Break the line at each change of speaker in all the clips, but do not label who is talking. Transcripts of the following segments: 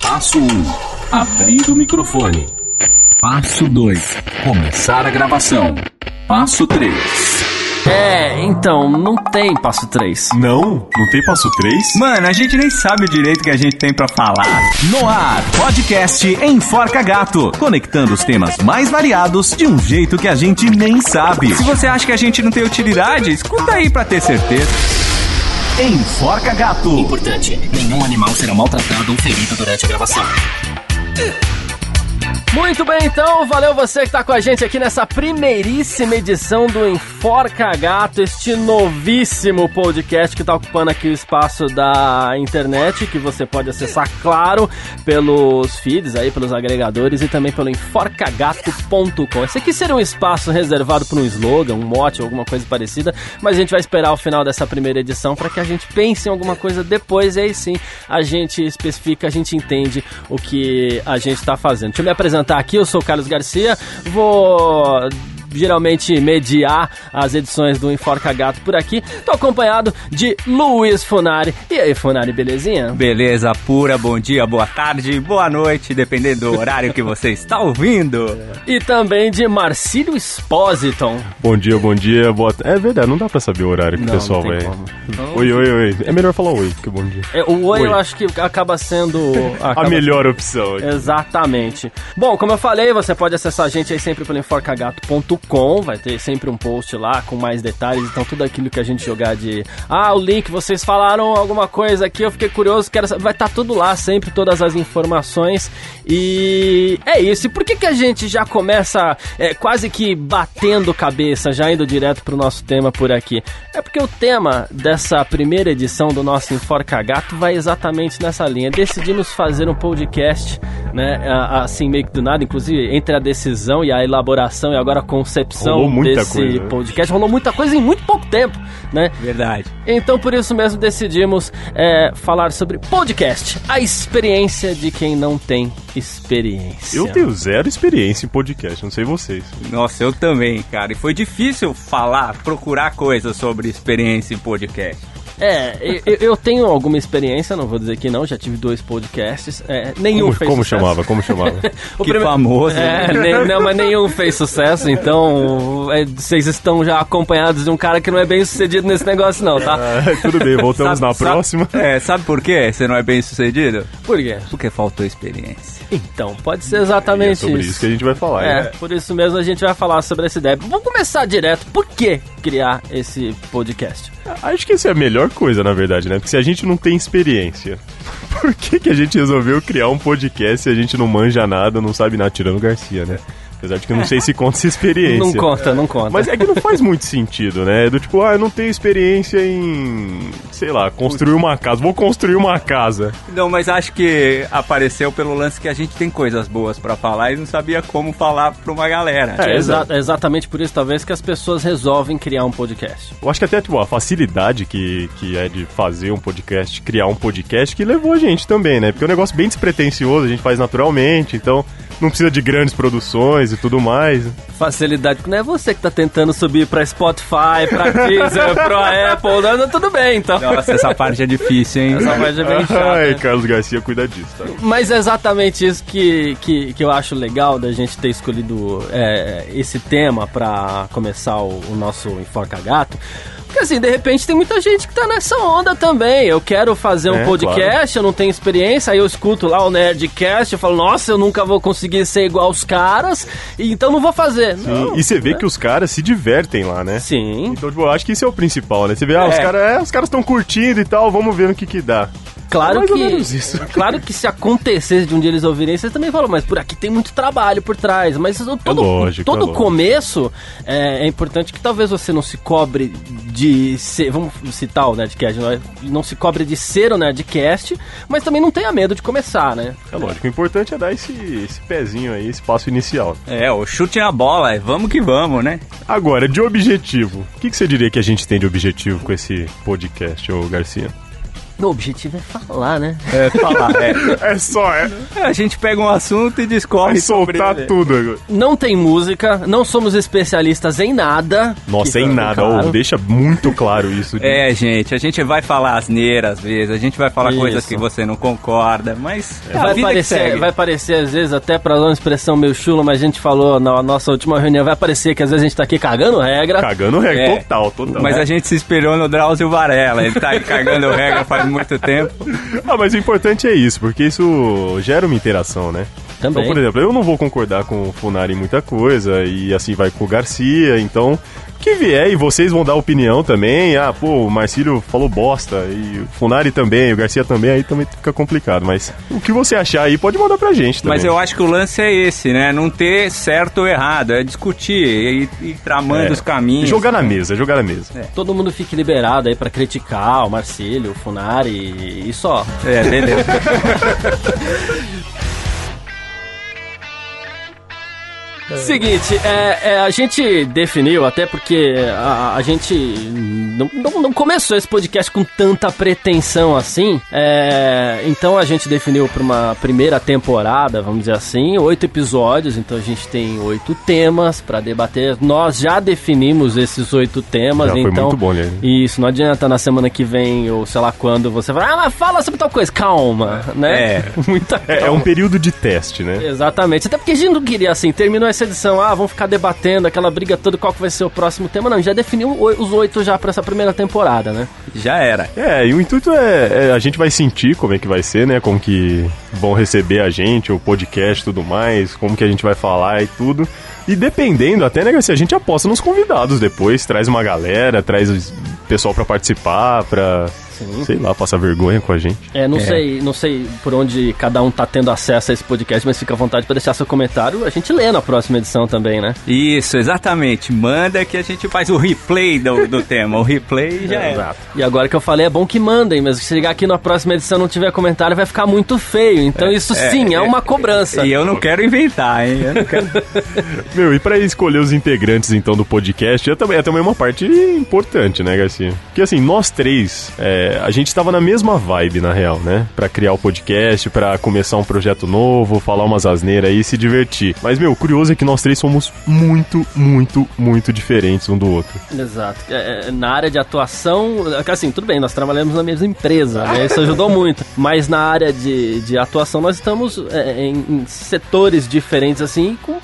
Passo 1: um, abrir o microfone. Passo 2: começar a gravação. Passo 3.
É, então, não tem passo 3.
Não? Não tem passo 3?
Mano, a gente nem sabe direito o que a gente tem para falar.
No ar, podcast Enforca Gato, conectando os temas mais variados de um jeito que a gente nem sabe.
Se você acha que a gente não tem utilidade, escuta aí para ter certeza.
Enforca Gato.
Importante, nenhum animal será maltratado ou ferido durante a gravação.
Muito bem, então, valeu você que está com a gente aqui nessa primeiríssima edição do Enforca Gato, este novíssimo podcast que está ocupando aqui o espaço da internet, que você pode acessar, claro, pelos feeds aí, pelos agregadores e também pelo enforcagato.com. Esse aqui seria um espaço reservado para um slogan, um mote, alguma coisa parecida, mas a gente vai esperar o final dessa primeira edição para que a gente pense em alguma coisa depois e aí sim a gente especifica, a gente entende o que a gente está fazendo. Deixa eu me apresentar apresentar aqui. Eu sou o Carlos Garcia. Vou geralmente mediar as edições do Enforca Gato por aqui. Tô acompanhado de Luiz Funari. E aí, Funari, belezinha?
Beleza pura, bom dia, boa tarde, boa noite, dependendo do horário que você está ouvindo.
E também de Marcílio Espositon.
Bom dia, bom dia, boa tarde. É verdade, não dá pra saber o horário que o pessoal vai. Então... Oi, oi, oi. É melhor falar oi que bom dia.
É, o oi, oi, eu acho que acaba sendo acaba
a melhor opção.
Aqui. Exatamente. Bom, como eu falei, você pode acessar a gente aí sempre pelo enforcagato.com com, vai ter sempre um post lá com mais detalhes, então tudo aquilo que a gente jogar de ah, o link, vocês falaram alguma coisa aqui, eu fiquei curioso, quero saber. Vai estar tá tudo lá sempre, todas as informações. E é isso. E por que, que a gente já começa é, quase que batendo cabeça, já indo direto pro nosso tema por aqui? É porque o tema dessa primeira edição do nosso Enforca Gato vai exatamente nessa linha. Decidimos fazer um podcast, né? Assim, meio que do nada, inclusive entre a decisão e a elaboração e agora a concepção desse coisa, né? podcast. Rolou muita coisa em muito pouco tempo, né?
Verdade.
Então, por isso mesmo, decidimos é, falar sobre podcast. A experiência de quem não tem experiência.
Eu tenho zero experiência em podcast, não sei vocês.
Nossa, eu também, cara. E foi difícil falar, procurar coisas sobre experiência em podcast.
É, eu, eu, tenho alguma experiência, não vou dizer que não, já tive dois podcasts. É, nenhum
como,
fez
como
sucesso.
chamava? Como chamava?
que prime... famoso. né?
É, nem, não, mas nenhum fez sucesso, então é, vocês estão já acompanhados de um cara que não é bem sucedido nesse negócio, não, tá?
É, tudo bem, voltamos sabe, na
sabe,
próxima.
É, sabe por que você não é bem sucedido?
Por quê?
Porque faltou experiência.
Então, pode ser exatamente é
sobre isso. isso que a gente vai falar. né?
É, por isso mesmo a gente vai falar sobre essa ideia. Vamos começar direto. Por que criar esse podcast?
Acho que essa é a melhor coisa, na verdade, né? Porque se a gente não tem experiência, por que, que a gente resolveu criar um podcast se a gente não manja nada, não sabe nada, tirando Garcia, né? Apesar de que eu não sei se conta essa experiência.
Não conta, não conta.
Mas é que não faz muito sentido, né? Do tipo, ah, eu não tenho experiência em. sei lá, construir uma casa. Vou construir uma casa.
Não, mas acho que apareceu pelo lance que a gente tem coisas boas para falar e não sabia como falar pra uma galera.
É, exa exatamente por isso, talvez, que as pessoas resolvem criar um podcast.
Eu acho que até, tipo, a facilidade que, que é de fazer um podcast, criar um podcast, que levou a gente também, né? Porque é um negócio bem despretensioso, a gente faz naturalmente, então não precisa de grandes produções e tudo mais.
Facilidade, não é você que tá tentando subir pra Spotify, pra Deezer, pra Apple, não, não, tudo bem, então.
Nossa, essa parte é difícil, hein?
Essa parte é bem chata. Ai,
Carlos Garcia, cuida disso, tá?
Mas é exatamente isso que, que, que eu acho legal da gente ter escolhido é, esse tema pra começar o, o nosso Enforca Gato, porque assim, de repente tem muita gente que tá nessa onda também. Eu quero fazer um é, podcast, claro. eu não tenho experiência, aí eu escuto lá o Nerdcast, eu falo, nossa, eu nunca vou conseguir ser igual aos caras, então não vou fazer. Não,
e você vê né? que os caras se divertem lá, né?
Sim.
Então, tipo, eu acho que isso é o principal, né? Você vê, ah, é. os caras é, cara estão curtindo e tal, vamos ver no que que dá.
Claro é que, claro que se acontecesse de um dia eles ouvirem, vocês também falam, mas por aqui tem muito trabalho por trás. Mas todo, é lógico, todo é começo é, é, importante que talvez você não se cobre de ser. Vamos citar o Nerdcast, não, é? não se cobre de ser o Nerdcast, mas também não tenha medo de começar, né?
É lógico, o importante é dar esse, esse pezinho aí, esse passo inicial.
É, o chute na bola, é vamos que vamos, né?
Agora, de objetivo, o que, que você diria que a gente tem de objetivo com esse podcast, ô Garcia?
O objetivo é falar, né?
É, falar, é.
É só, é,
A gente pega um assunto e discorre
é
sobre
soltar
ele.
tudo agora.
Não tem música, não somos especialistas em nada.
Nossa, é
Que
em
fica
nada,
claro.
ó, deixa muito claro isso. de-
É, gente, a gente vai falar asneira às vezes, a gente vai falar
Isso.
coisas que você não concorda, mas é a
Vai
vida que
parecer,
segue.
vai parecer, às vezes, até pra usar uma expressão meio chula, mas a gente falou na nossa última reunião, vai parecer que às vezes a gente tá aqui cagando regra.
Cagando regra,
É.
total, total.
Mas a gente se espelhou no Drauzio Varela, ele tá aí cagando regra faz muito tempo.
Ah, mas o importante é isso, porque isso gera uma interação, né?
Também.
Então, por exemplo, eu não vou concordar com o Funari em muita coisa, e assim vai com o Garcia, então. o Que vier e vocês vão dar opinião também. Ah, pô, o Marcílio falou bosta, e o Funari também, o Garcia também, aí também fica complicado. Mas o que você achar aí pode mandar pra gente também.
Mas eu acho que o lance é esse, né? Não ter certo ou errado, é discutir e, e tramando
É.
os caminhos.
Jogar na mesa, jogar na mesa.
É.
Todo mundo fique liberado aí pra criticar o Marcílio, o Funari e só.
É, beleza.
Seguinte, é, é, a gente definiu, até porque é, a, a gente não, não- não começou esse podcast com tanta pretensão assim. é, então a gente definiu para uma primeira temporada, vamos dizer assim, oito episódios. Então a gente tem oito temas para debater. Nós já definimos esses oito temas.
Já foi
então
muito bom, né?
isso não adianta na semana que vem ou sei lá quando você falar, ah, mas fala sobre tal coisa. Calma, né?
É.
muita
É, é um período de teste, né?
Exatamente. Até porque a gente não queria assim, terminou essa edição, ah, vamos ficar debatendo aquela briga toda, qual que vai ser o próximo tema. Não, já definiu o- os oito já pra essa primeira temporada, né?
Já era.
É, e o intuito é, é a gente vai sentir como é que vai ser, né? Como que vão receber a gente, o podcast e tudo mais, como que a gente vai falar e tudo. E dependendo, até, né, se a gente aposta nos convidados depois, traz uma galera, traz o pessoal pra participar, pra, sei lá, passar vergonha com a gente.
É, não sei, não sei por onde cada um tá tendo acesso a esse podcast, mas fica à vontade pra deixar seu comentário, a gente lê na próxima edição também, né?
Isso, exatamente. Manda que a gente faz o replay do, do tema. O replay já era.
E agora que eu falei, é bom que mandem, mas se chegar aqui na próxima edição e não tiver comentário, vai ficar muito feio. Então isso sim, é, uma cobrança.
E eu não quero inventar, hein? Eu não quero.
Meu, e pra escolher os integrantes, então, do podcast, é também, é também uma parte importante, né, Garcia? Porque, assim, nós três, é, a gente tava na mesma vibe, na real, né? Pra criar o podcast, pra começar um projeto novo, falar umas asneiras aí e se divertir. Mas, meu, o curioso é que nós três somos muito, muito, muito diferentes um do outro.
Exato. É, é, na área de atuação, assim, tudo bem, nós trabalhamos na mesma empresa, né? Isso ajudou muito. Mas na área de, de atuação nós estamos é, em, em setores diferentes, assim, com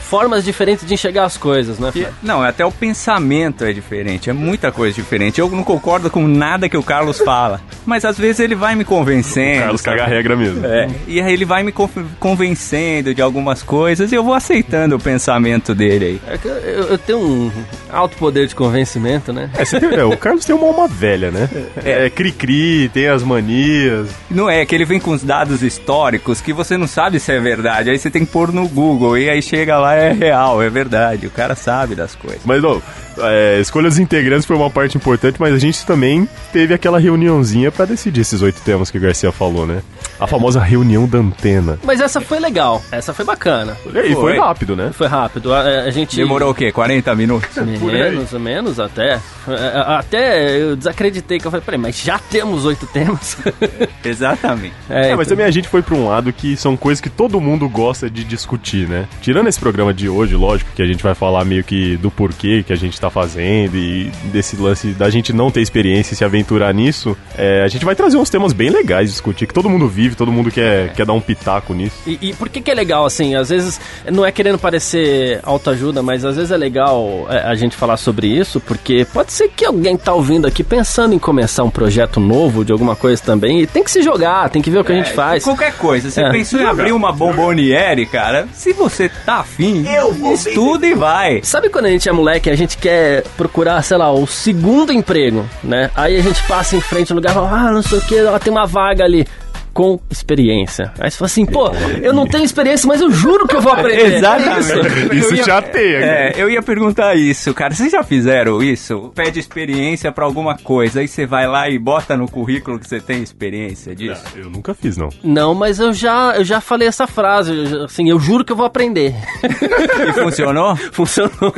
formas diferentes de enxergar as coisas, né?
E- Não, até o pensamento é diferente, é muita coisa diferente. Eu não concordo com nada que o Carlos fala, mas às vezes ele vai me convencendo.
Carlos
É, sabe?
caga a regra mesmo.
É, e aí ele vai me con- convencendo de algumas coisas e eu vou aceitando o pensamento dele aí.
É que eu, eu tenho um alto poder de convencimento, né?
É, você tem- é, o Carlos tem uma alma velha, né? É cri-cri, tem as manias.
Não é que ele vem com os dados históricos que você não sabe se é verdade, aí você tem que pôr no Google e aí chega lá é real, é verdade, o cara sabe das coisas.
Mas, ó, é, escolha dos integrantes foi uma parte importante, mas a gente também teve aquela reuniãozinha pra decidir esses oito temas que o Garcia falou, né? A famosa reunião da antena.
Mas essa foi legal, essa foi bacana.
E aí, foi
Foi.
rápido, né?
Foi rápido, a, a gente...
Demorou o quê? 40 minutos?
por aí.
Menos, menos até. É, Até eu desacreditei que eu falei, peraí, mas já temos oito temas?
Exatamente.
É,
então.
mas também a gente foi pra um lado que são coisas que todo mundo gosta de discutir, né? Tirando esse programa de hoje, lógico, que a gente vai falar meio que do porquê que a gente tá fazendo e desse lance da gente não ter experiência e se aventurar nisso, é, a gente vai trazer uns temas bem legais de discutir, que todo mundo vive, todo mundo quer, quer dar um pitaco nisso.
E, e por que, que é legal, assim? Às vezes, não é querendo parecer autoajuda, mas às vezes é legal é, a gente falar sobre isso, porque pode ser que alguém tá ouvindo aqui pensando em começar um projeto novo de alguma coisa também, e tem que se jogar, tem que ver o que a gente
É,
faz.
Qualquer coisa. Você
É.
pensou em abrir uma bomboniere, cara? Se você tá afim, estuda e vai.
Sabe quando a gente é moleque, a gente quer procurar, sei lá, o segundo emprego, né? Aí a gente passa em frente ao lugar e fala, ah, não sei o que, ó, tem uma vaga ali. com experiência. Aí você fala assim, pô, eu não tenho experiência, mas eu juro que eu vou aprender.
É. Exatamente.
Isso
Eu ia-
chateia,
É,
cara.
eu ia perguntar isso, cara. Vocês já fizeram isso? Pede experiência pra alguma coisa, aí você vai lá e bota no currículo que você tem experiência disso.
Eu nunca fiz, não.
Não, mas eu já, eu já falei essa frase, eu já- assim, eu juro que eu vou aprender.
E funcionou?
Funcionou.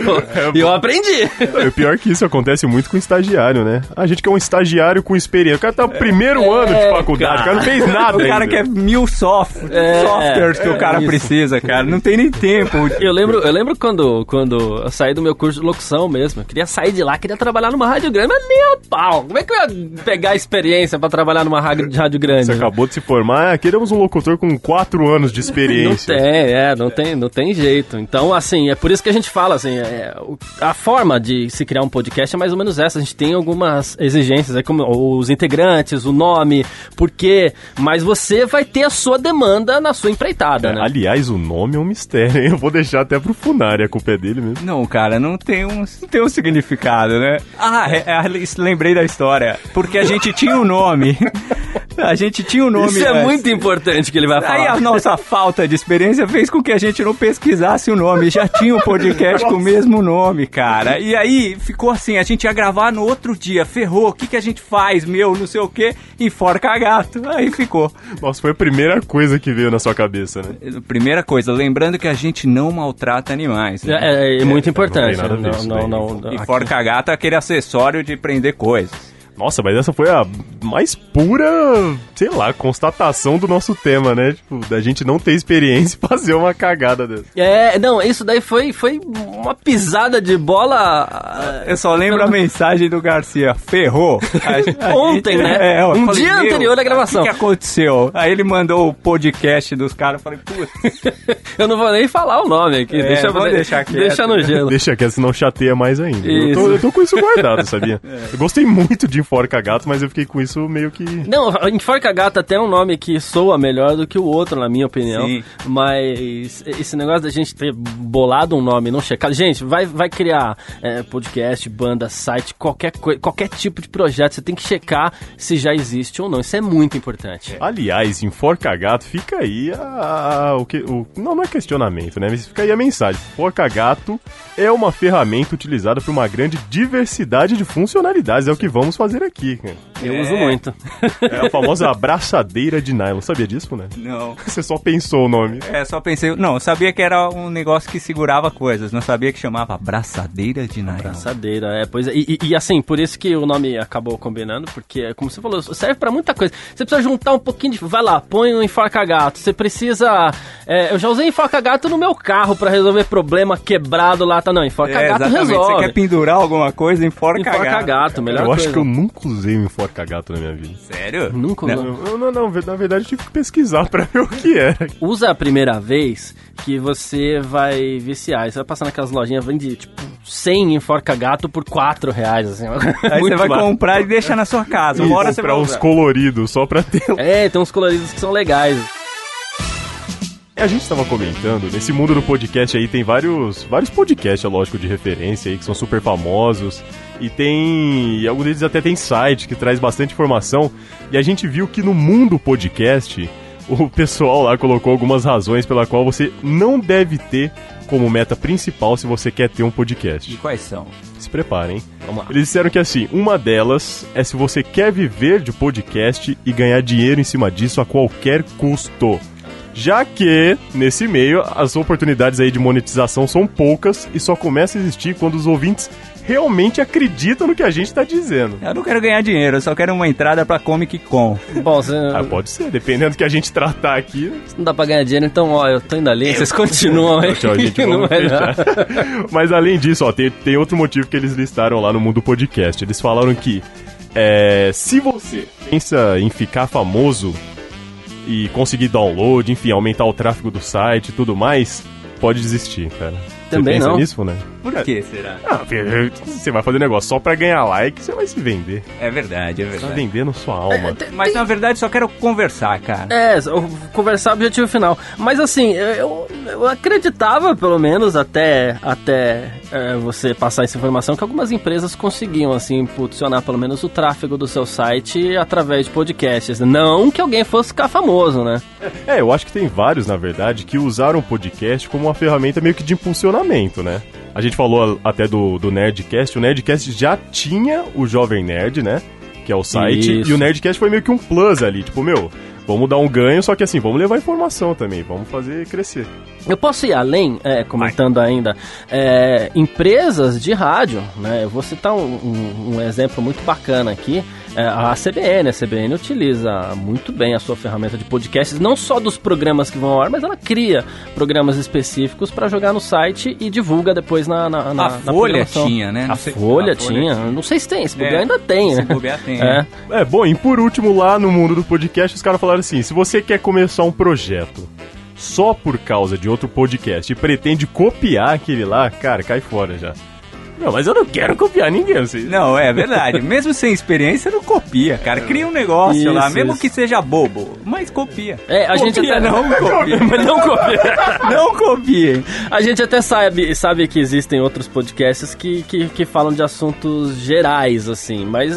E eu aprendi.
É, pior que isso acontece muito com estagiário, né? A gente quer um estagiário com experiência. O cara tá no primeiro ano de faculdade, o cara não fez nada.
O cara
ainda.
quer mil soft,
É,
softwares que
é
o cara
isso.
precisa, cara. Não tem nem tempo.
Eu lembro, eu lembro quando, quando eu saí do meu curso de locução mesmo. Eu queria sair de lá, queria trabalhar numa rádio grande, mas nem a pau. Como é que eu ia pegar a experiência pra trabalhar numa rádio, rádio grande?
Você acabou de se formar, ah, queremos um locutor com quatro anos de
Não
experiência.
tem, é, não tem, não tem jeito. Então, assim, é por isso que a gente fala, assim, é, o- a forma de se criar um podcast é mais ou menos essa. A gente tem algumas exigências, é como os integrantes, o nome, por quê, mas você vai ter a sua demanda na sua empreitada, né?
Aliás, o nome é um mistério, hein? Eu vou deixar até pro Funari, a culpa é dele mesmo.
Não, cara, não tem um, não tem um significado, né? Ah, é- é- isso- lembrei da história. Porque a gente tinha o nome. A gente tinha o nome.
Isso é
antes.
muito importante que ele vai
Aí a
falar.
nossa falta de experiência fez com que a gente não pesquisasse o nome. Já tinha um podcast com o mesmo nome, cara. E aí ficou assim, a gente ia gravar no outro dia. Ferrou, o que, que a gente faz, meu, não sei o quê. Enforca gato. Aí ficou.
Nossa, foi a primeira coisa que veio na sua cabeça, né?
Primeira coisa, lembrando que a gente não maltrata animais. né?
É, é, é muito importante.
nada a ver isso
não,
daí.
não, não,
E forca gato é aquele acessório de prender coisas.
Nossa, mas essa foi a mais pura, sei lá, constatação do nosso tema, né? Tipo, da gente não ter experiência e fazer uma cagada dessa.
É, não, isso daí foi, foi uma pisada de bola.
Eu só lembro a mensagem do Garcia. Ferrou. A- a
Ontem,
gente-
né?
eu
Um dia
"Meu,
anterior à gravação."
O que, que aconteceu? Aí ele mandou o podcast dos caras. Eu falei, putz.
Eu não vou nem falar o nome aqui.
É,
deixa,
vou deixar quieto.
deixa no gelo.
Deixa quieto, senão chateia mais ainda. Eu
Isso. É.
tô, eu tô com isso guardado, sabia? Eu gostei muito de Enforca Gato, mas eu fiquei com isso meio que...
Não, Enforca Gato até é um nome que soa melhor do que o outro, na minha opinião.
Sim.
Mas esse negócio da gente ter bolado um nome, e não checado. Gente, vai, vai criar é, podcast, banda, site, qualquer, coi- qualquer tipo de projeto. Você tem que checar se já existe ou não. Isso é muito importante.
Aliás, Enforca Gato, fica aí a- a- o que... O, não, não é questionamento, né? Mas fica aí a mensagem. Enforca Gato é uma ferramenta utilizada por uma grande diversidade de funcionalidades. É o que vamos fazer aqui, cara.
Eu
É.
uso muito.
É a famosa abraçadeira de nylon. Sabia disso, né?
Não.
Você só pensou o nome.
É, só pensei. Não, eu sabia que era um negócio que segurava coisas. Não sabia que chamava abraçadeira de nylon.
Braçadeira, é, pois é. E, e- e, assim, por isso que o nome acabou combinando, porque, é como você falou, serve pra muita coisa. Você precisa juntar um pouquinho de. Vai lá, põe um enforca-gato. Você precisa. é, eu já usei enforca-gato no meu carro pra resolver problema quebrado lá. Tá, não,
É,
enforca-gato
exatamente. Você
resolve.
quer pendurar alguma coisa em forca
Enforca-gato, melhor
eu acho
coisa.
que eu nunca usei um enforca gato na minha vida.
Sério?
Nunca usou.
Não.
Eu, não, não, na verdade eu tive que pesquisar pra ver o que era.
Usa a primeira vez que você vai viciar. Aí Você vai passar naquelas lojinhas, vende tipo 100 enforca-gato por 4 reais. Assim,
Aí
muito
você vai
barato.
comprar e deixa na sua casa.
Isso,
Uma hora você vai
comprar uns
usar.
coloridos só pra ter. um.
É, tem uns coloridos que são legais.
A gente tava comentando, nesse mundo do podcast aí tem vários, vários podcasts, é lógico, de referência aí, que são super famosos. E tem. E alguns deles até tem site que traz bastante informação. E a gente viu que no mundo podcast, o pessoal lá colocou algumas razões pela qual você não deve ter como meta principal se você quer ter um podcast.
E quais são?
Se preparem.
Vamos lá.
Eles disseram que assim, uma delas é se você quer viver de podcast e ganhar dinheiro em cima disso a qualquer custo. Já que, nesse meio, as oportunidades aí de monetização são poucas e só começa a existir quando os ouvintes realmente acreditam no que a gente tá dizendo.
Eu não quero ganhar dinheiro, eu só quero uma entrada pra Comic Con.
Bom, você...
Ah, pode ser, dependendo do que a gente tratar aqui. né?
Não dá pra ganhar dinheiro, então, ó, eu tô indo ali, vocês continuam aí.
Tchau, gente,
que não é
vamos
vai
fechar.
dar.
Mas além disso, ó, tem, tem outro motivo que eles listaram lá no Mundo Podcast. Eles falaram que é, se você pensa em ficar famoso e conseguir download, enfim, aumentar o tráfego do site e tudo mais, pode desistir, cara.
Também
você pensa
não.
nisso, né?
Por que será?
Ah, você vai fazer um negócio só pra ganhar like, você vai se vender.
É verdade, é
Você tá
verdade.
vendendo sua alma.
Mas na verdade só quero conversar, cara.
É, o- conversar objetivo final. Mas assim, eu, eu acreditava, pelo menos, até, até é, você passar essa informação, que algumas empresas conseguiam, assim, impulsionar pelo menos o tráfego do seu site através de podcasts. Não que alguém fosse ficar famoso, né?
É, eu acho que tem vários, na verdade, que usaram o podcast como uma ferramenta meio que de impulsionamento, né? A gente falou a- até do, do Nerdcast. O Nerdcast já tinha o Jovem Nerd, né? Que é o site.
Isso.
E o Nerdcast foi meio que um plus ali. Tipo, meu, vamos dar um ganho, só que assim, vamos levar informação também. Vamos fazer crescer.
Eu posso ir além, é, comentando ainda, é, empresas de rádio, né? Eu vou citar um, um- um exemplo muito bacana aqui. é, a CBN, a CBN utiliza muito bem a sua ferramenta de podcasts, não só dos programas que vão ao ar, mas ela cria programas específicos para jogar no site e divulga depois na, na, na-
A
na
Folha
programação.
tinha, né?
A
Não sei-
Folha,
a Folha
tinha. Não sei se tem, se bobear
É,
ainda tem,
se
né?
bobear tem,
É.
é.
É, bom, e por último, lá no mundo do podcast, os caras falaram assim: se você quer começar um projeto só por causa de outro podcast e pretende copiar aquele lá, cara, cai fora já. Não, mas eu não quero copiar ninguém. Vocês...
Não, é verdade. Mesmo sem experiência, não copia, cara. Cria um negócio
Isso,
lá, mesmo
isso.
que seja bobo, mas copia.
É, a gente
Copia
até-
não, copia.
Mas não copia.
não copiem.
A gente até sabe, sabe que existem outros podcasts que, que, que falam de assuntos gerais, assim, mas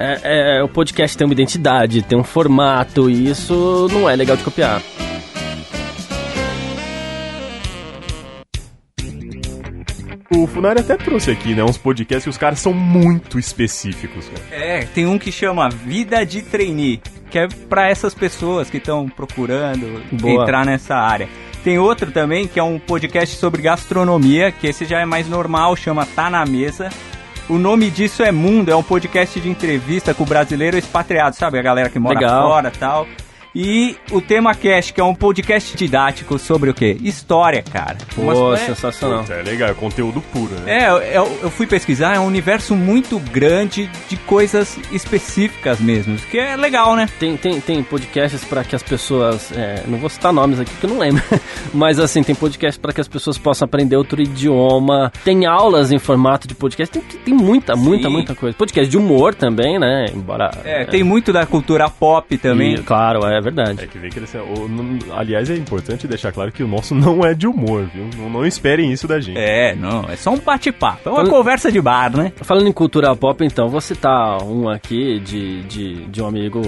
é, é, o podcast tem uma identidade, tem um formato, e isso não é legal de copiar.
O Funari até trouxe aqui, né? Uns podcasts que os caras são muito específicos. Cara.
É, tem um que chama Vida de Trainee, que é pra essas pessoas que estão procurando
Boa.
entrar nessa área. Tem outro também que é um podcast sobre gastronomia, que esse já é mais normal, chama Tá na Mesa. O nome disso é Mundo, é um podcast de entrevista com o brasileiro expatriado, sabe? A galera que mora
Legal.
fora e tal. E o Tema Cast, que é um podcast didático sobre o quê? História, cara. Umas-
Pô,
é-
sensacional.
É legal, é conteúdo puro, né?
é, eu, eu- eu fui pesquisar, é um universo muito grande de coisas específicas mesmo, que é legal, né?
Tem, tem, tem podcasts para que as pessoas. é, não vou citar nomes aqui porque eu não lembro. Mas assim, tem podcasts para que as pessoas possam aprender outro idioma. Tem aulas em formato de podcast. Tem, tem muita, muita,
Sim.
muita coisa. Podcast de humor também, né? Embora.
É, tem muito da cultura pop também.
e, Claro, é verdade.
É que vem crescendo. O- n- Aliás, é importante deixar claro que o nosso não é de humor, viu? Não, não esperem isso da gente.
É, não, é só um bate-papo, é uma
Eu-
conversa de bar, né?
Falando em cultura pop, então, vou citar um aqui de, de, de um amigo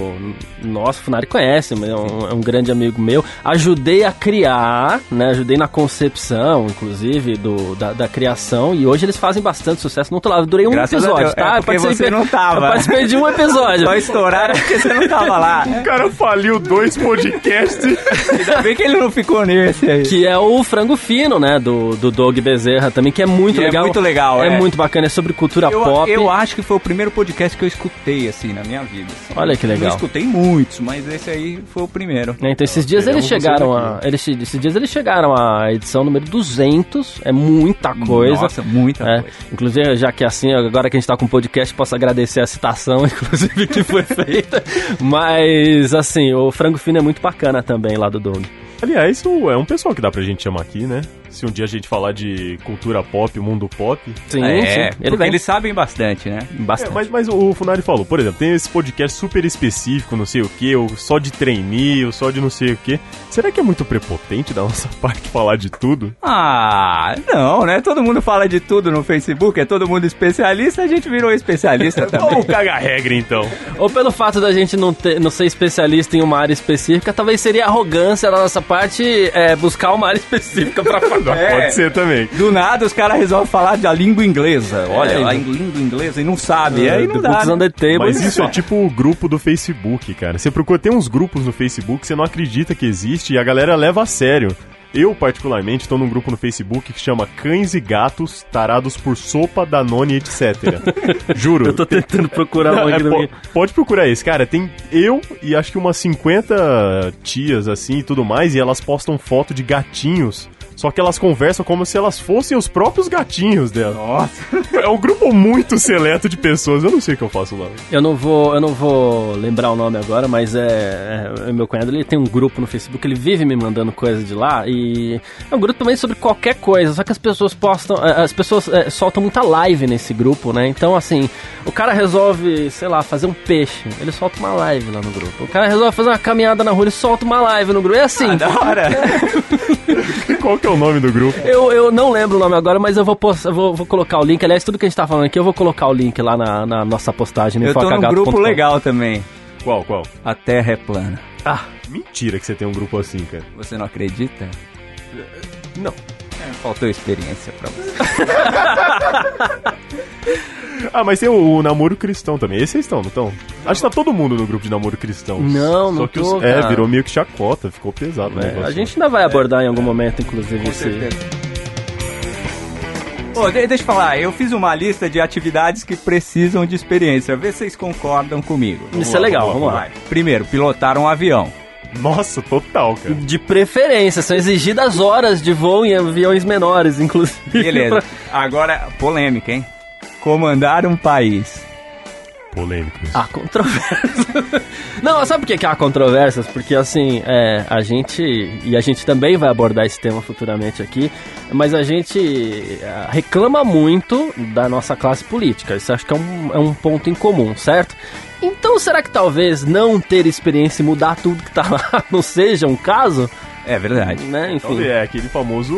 nosso, o Funari conhece, mas é um, é um grande amigo meu. Ajudei a criar, né? Ajudei na concepção, inclusive, do, da, da criação. E hoje eles fazem bastante sucesso. Não tô lá, eu durei um
Graças a
episódio,
Deus,
tá?
é
Eu
porque você não tava.
Eu participei de um episódio.
Só estouraram porque você não tava lá.
O cara faliu dois podcasts.
Ainda bem que ele não ficou nesse aí.
Que é o Frango Fino, né? Do, do Doug Bezerra também, que é muito
E é
legal.
muito legal,
é.
é.
muito bacana, é sobre cultura
eu,
pop.
eu acho que foi o primeiro podcast que eu escutei, assim, na minha vida. assim.
Olha que legal.
Eu escutei muitos, mas esse aí foi o primeiro.
né? Então esses dias eles
um
vamos fazer
chegaram a,
daqui,
eles, esses dias eles chegaram à edição número 200, é muita coisa.
Nossa, muita
É,
coisa.
inclusive, já que assim, agora que a gente tá com o podcast, posso agradecer a citação, inclusive, que foi feita. Mas, assim, o frango fino é muito bacana também lá do Doug.
Aliás, o- é um pessoal que dá pra gente chamar aqui, né? Se um dia a gente falar de cultura pop, mundo pop.
Sim,
é,
sim.
porque
Ele vem
eles sabem bastante, né?
É,
bastante.
mas, mas o Funari falou, por exemplo, tem esse podcast super específico, não sei o que, ou só de trainee, ou só de não sei o que. Será que é muito prepotente da nossa parte falar de tudo?
Ah, não, né? Todo mundo fala de tudo no Facebook, é todo mundo especialista, a gente virou especialista também.
Vamos cagar regra então.
Ou pelo fato da gente não, ter, não ser especialista em uma área específica, talvez seria arrogância da nossa parte é, buscar uma área específica pra falar.
É.
Pode ser também.
Do nada os caras resolvem falar da língua inglesa. Olha,
É,
a língua inglesa e não sabe, aí não
The
dá.
Books on
né?
the table.
Mas isso é tipo o grupo do Facebook, cara. Você procura, tem uns grupos no Facebook que você não acredita que existe e a galera leva a sério. Eu, particularmente, estou num grupo no Facebook que chama Cães e Gatos Tarados por Sopa, Danone, etc. Juro.
Eu tô tentando procurar
Não,
um
é,
aqui no
po-
meio.
pode procurar esse, cara. Tem eu e acho que umas 50 tias assim e tudo mais, e elas postam foto de gatinhos Só que elas conversam como se elas fossem os próprios gatinhos dela.
Nossa.
É um grupo muito seleto de pessoas. Eu não sei o que eu faço lá.
Eu não vou, eu não vou lembrar o nome agora, mas é, é- meu cunhado, ele tem um grupo no Facebook, ele vive me mandando coisa de lá e é um grupo também sobre qualquer coisa, só que as pessoas postam, eh, as pessoas eh, soltam muita live nesse grupo, né? Então assim, o cara resolve, sei lá, fazer um peixe, ele solta uma live lá no grupo. O cara resolve fazer uma caminhada na rua, ele solta uma live no grupo. É assim,
Ah, Da hora.
Qual que é o nome do grupo?
eu, eu não lembro o nome agora, mas eu vou, postar, vou, vou colocar o link. Aliás, tudo que a gente tá falando aqui, eu vou colocar o link lá na, na nossa postagem. no
Eu tô num
infocagato.com.
grupo legal também.
Qual, qual?
A Terra é plana.
Ah,
Mentira que você tem um grupo assim, cara.
Você não acredita?
Não.
É, Faltou experiência pra você.
Ah, mas tem o, o namoro cristão também. Esse vocês estão, não estão? Acho que tá todo mundo no grupo de namoro cristão.
Não, não
Só que
tô,
os, É,
cara.
virou meio que chacota, ficou pesado o
É,
negócio.
a gente ainda vai abordar em algum momento, inclusive, esse.
Ô, de- deixa eu falar, eu fiz uma lista de atividades que precisam de experiência. Vê se vocês concordam comigo.
Isso é legal, vamos lá.
Vai. Primeiro, pilotar um avião.
Nossa, total, cara.
De preferência, são exigidas horas de voo em aviões menores, inclusive.
Beleza. Agora, polêmica, hein? Comandar um país.
Polêmico. isso.
Há controvérsias. Não, sabe por que, que há controvérsias? Porque assim, é, a gente, e a gente também vai abordar esse tema futuramente aqui, mas a gente ah, reclama muito da nossa classe política. Isso acho que é um, é um ponto em comum, certo? Então será que talvez não ter experiência e mudar tudo que tá lá não seja um caso?
É verdade.
Né?
Então,
Enfim.
é aquele famoso.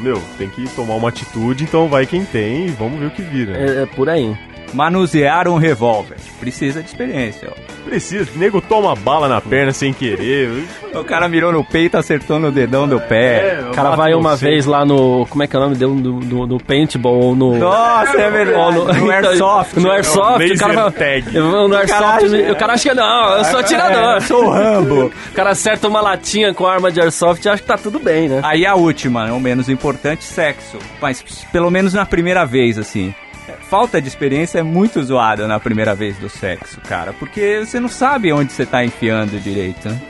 Meu, tem que tomar uma atitude, então vai quem tem e vamos ver o que vira.
É, é por aí.
Manusear um revólver. Precisa de experiência, ó.
Precisa, nego toma bala na perna sem querer.
O cara mirou no peito, acertou no dedão do pé.
O cara vai uma vez lá no. Como é que é o nome dele? No, no, no paintball ou no.
Nossa, é
Ou Então,
verdade. No airsoft. É um
No airsoft, o,
laser
cara vai.
tag.
Eu vou No airsoft,
acha-
o cara acha que não, eu sou atirador.
É, sou o Rambo.
O cara acerta uma latinha com arma de airsoft e acha que tá tudo bem, né?
Aí a última, não menos importante, sexo. Mas pelo menos na primeira vez, assim. Falta de experiência é muito zoada na primeira vez do sexo, cara. Porque você não sabe onde você tá enfiando direito. né?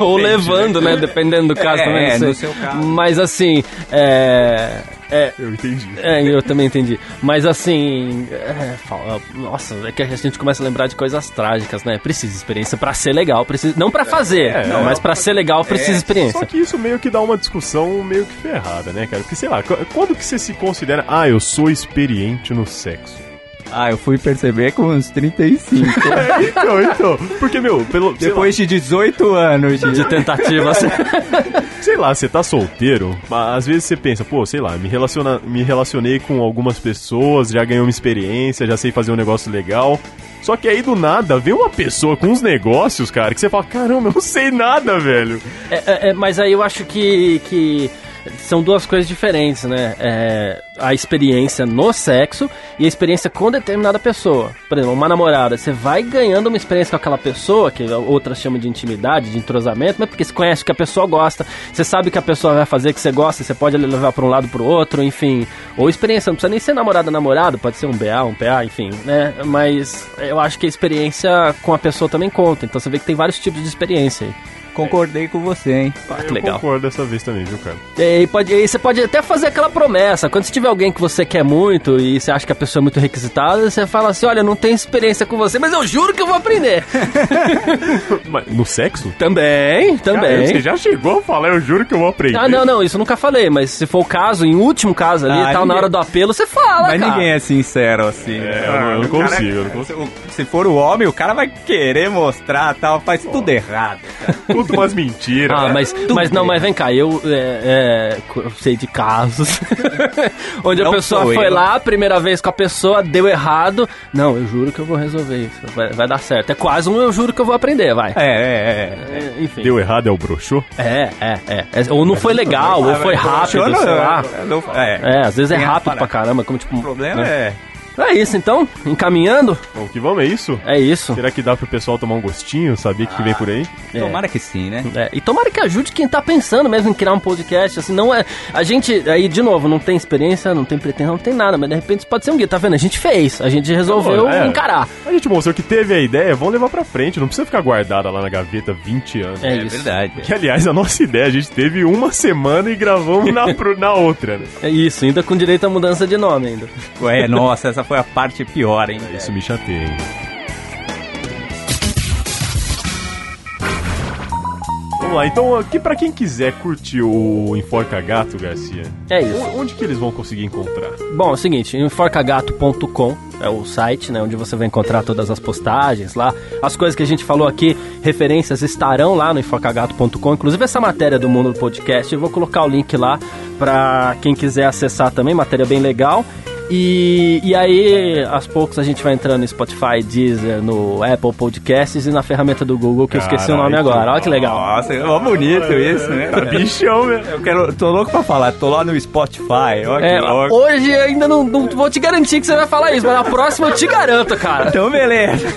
Ou levando, né? Dependendo do caso
É,
também. não
é,
sei.
no seu caso.
Mas assim, é. É,
Eu entendi.
É, eu também entendi. Mas assim. é, fala- nossa, é que a gente começa a lembrar de coisas trágicas, né? Precisa de experiência pra ser legal. Precisa, não
É,
pra fazer, não, mas pra ser legal precisa de
Só
experiência.
que isso meio que dá uma discussão meio que ferrada, né, cara? Porque sei lá, qu- quando que você se considera, ah, eu sou experiente no sexo?
Ah, eu fui perceber com uns 35.
É, então, então. Porque, meu, pelo, sei,
Depois de 18 anos de...
De tentativas.
lá, sei lá, você tá solteiro, mas às vezes você pensa, pô, sei lá, me, relaciona, me relacionei com algumas pessoas, já ganhei uma experiência, já sei fazer um negócio legal. Só que aí do nada vem uma pessoa com uns negócios, cara, que você fala, caramba, eu não sei nada, velho.
É, é, é, mas aí eu acho que, que são duas coisas diferentes, né? É, a experiência no sexo e a experiência com determinada pessoa. Por exemplo, uma namorada, você vai ganhando uma experiência com aquela pessoa, que outras chamam de intimidade, de entrosamento, mas porque você conhece o que a pessoa gosta, você sabe o que a pessoa vai fazer, que você gosta, você pode levar pra um lado pro outro, enfim. Ou experiência, não precisa nem ser namorada namorado, pode ser um BA, um PA, enfim, né? Mas eu acho que a experiência com a pessoa também conta. Então você vê que tem vários tipos de experiência aí.
Concordei com você, hein?
Ah, que
eu
legal.
concordo dessa vez também, viu, cara?
E aí, pode, e aí você pode até fazer aquela promessa. Quando você tiver alguém que você quer muito e você acha que a pessoa é muito requisitada, você fala assim: olha, eu não tenho experiência com você, mas eu juro que eu vou aprender.
Mas no sexo?
também,
Cara, você
também.
já chegou a falar, eu juro que eu vou aprender.
Ah, não, não, isso eu nunca falei, mas se for o caso, em último caso ali,
Ah,
tal, na
ninguém-
hora do apelo, você fala,
Mas
cara.
ninguém é sincero assim.
É, eu não- eu não
O cara-
consigo, eu não consigo.
o- Se for o homem, o cara vai querer mostrar tal, faz tudo errado. cara.
Tudo umas mentiras.
Ah,
É,
né?
mas, mas não, mas vem cá, eu, é, é, co- eu sei de casos onde a
Não
pessoa
sou
foi
eu.
lá, a primeira vez com a pessoa, deu errado. Não, eu juro que eu vou resolver isso, vai, vai dar certo. É quase um eu juro que eu vou aprender, vai.
É, é, é.
É, enfim.
Deu errado é o broxô?
É, é, é, é. Ou não foi legal, ou foi rápido,
Funciona,
sei lá.
é, não- é.
É, às vezes é
Tem a
rápido
parada.
pra caramba, como tipo.
O problema é.
É isso então, encaminhando?
Bom, que vamos, é isso?
É isso.
Será que dá pro pessoal tomar um gostinho, saber o que, que vem por aí?
É.
Tomara que sim, né?
É, e tomara que ajude quem tá pensando mesmo em criar um podcast, assim, não é... A gente, aí, de novo, não tem experiência, não tem pretensão, não tem nada, mas de repente pode ser um guia, tá vendo? A gente fez, a gente resolveu
Pô, é.
encarar.
A gente mostrou que teve a ideia, vamos levar pra frente, não precisa ficar guardada lá na gaveta 20 anos.
É,
É,
isso.
verdade.
Que, aliás, a nossa ideia, a gente teve uma semana e gravamos na, pro- na outra, né?
É isso, ainda com direito à mudança de nome ainda.
Ué, Tipo, é, nossa, essa foi a parte pior, hein?
Isso me chateia. hein? Vamos lá, então, aqui pra quem quiser curtir o Enforca Gato, Garcia,
É isso.
o- onde que eles vão conseguir encontrar?
Bom, é o seguinte, enforcagato.com é o site, né, onde você vai encontrar todas as postagens lá. As coisas que a gente falou aqui, referências estarão lá no enforcagato.com, inclusive essa matéria do mundo do podcast, eu vou colocar o link lá para quem quiser acessar também, matéria bem legal. E, e aí, aos poucos a gente vai entrando no Spotify, Deezer, no Apple Podcasts e na ferramenta do Google, que eu esqueci o nome
Caralho, que
agora. Olha que legal.
Nossa, ó, bonito isso, né?
Tá bichão, velho.
Eu quero, tô louco pra falar, tô lá no Spotify, ó, que
É,
louco.
hoje ainda não, não vou te garantir que você vai falar isso, mas na próxima eu te garanto, cara.
Então, beleza.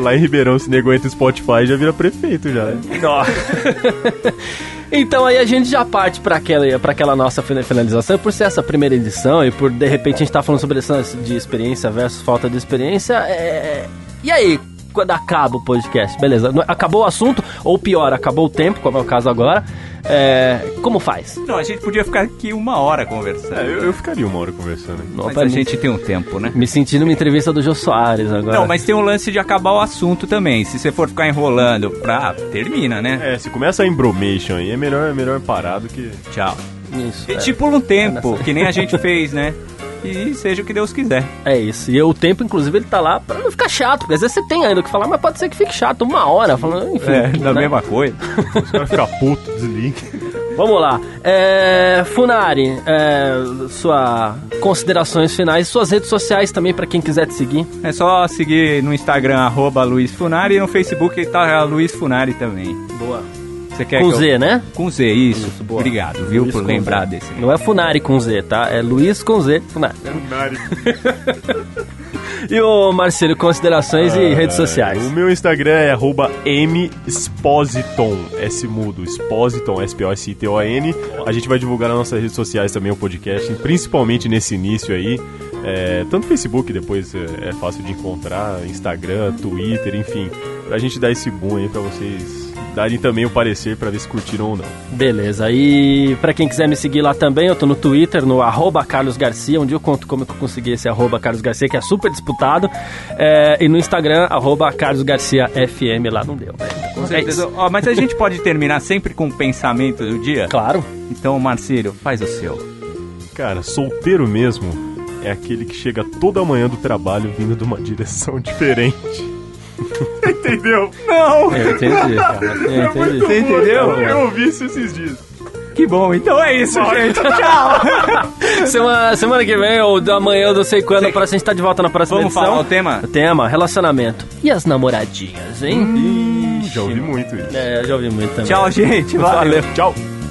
Lá em Ribeirão, se nego entra o Spotify, já vira prefeito, já. né?
Então aí a gente já parte para aquela, pra aquela nossa fina- finalização. E por ser essa primeira edição e por de repente a gente tá falando sobre lição de experiência versus falta de experiência, é... e aí? Quando acaba o podcast, beleza? Não- Acabou o assunto, ou pior, acabou o tempo, como é o caso agora. é, Como faz?
Não, a gente podia ficar aqui uma hora conversando.
É, eu, eu ficaria uma hora conversando.
Não,
Mas
pra
a
mim-
gente tem um tempo, né?
Me senti numa entrevista do Jô Soares agora.
Não, mas tem um lance de acabar o assunto também. Se você for ficar enrolando pra. Termina, né?
É, se começa a embromation aí, é melhor, é melhor parar do que...
Tchau.
Isso,
E
é.
tipo um tempo, que nem a gente fez, né? E seja o que Deus quiser.
É isso. E o tempo, inclusive, ele tá lá pra não ficar chato. Porque às vezes você tem ainda o que falar, mas pode ser que fique chato uma hora falando, enfim.
É, da
né?
mesma coisa.
Os caras ficam putos, desliga.
Vamos lá. É, Funari, é, sua considerações finais, suas redes sociais também pra quem quiser te seguir.
É só seguir no Instagram, arroba Luiz Funari, e no Facebook tá Luiz Funari também.
Boa.
Você quer
Com
que eu-
Z, né?
Com Z, isso.
Isso, boa.
Obrigado, viu,
Luiz
por
com Z.
lembrar desse.
Não é Funari com Z, tá? É Luiz com Z, Funari. E o Marcelo, considerações
Ah,
e redes sociais.
O meu Instagram é arroba mspositon, S mudo, Spositon, S-P-O-S-I-T-O-N. A gente vai divulgar nas nossas redes sociais também o podcast, principalmente nesse início aí. É, tanto Facebook, depois é, é fácil de encontrar, Instagram, Twitter, enfim. Pra gente dar esse boom aí pra vocês darem também o parecer pra ver se curtiram ou não.
Beleza, e pra quem quiser me seguir lá também, eu tô no Twitter, no arroba Carlos Garcia, onde eu conto como que eu consegui esse arroba Carlos Garcia, que é super disputado. É, e no Instagram, arroba Carlos Garcia FM, lá não deu. né? Então,
Com
é
certeza.
isso.
Ó, mas a gente pode terminar sempre com o pensamento do dia?
Claro.
Então, Marcílio, faz o seu.
Cara, solteiro mesmo é aquele que chega toda manhã do trabalho vindo de uma direção diferente. Entendeu? é
Não!
Eu entendi, cara. Eu entendi.
É, Você entendeu?
Eu ouvi isso esses dias.
Que bom, então é isso, gente. Tchau!
Semana, semana que vem, ou da manhã, eu não sei quando, a próxima, a gente tá de volta na próxima
Vamos
edição.
falar o tema?
O tema, relacionamento. E as namoradinhas, hein?
Hum.
Já ouvi muito isso.
É, eu já ouvi muito também.
Tchau, gente. Valeu.
Tchau.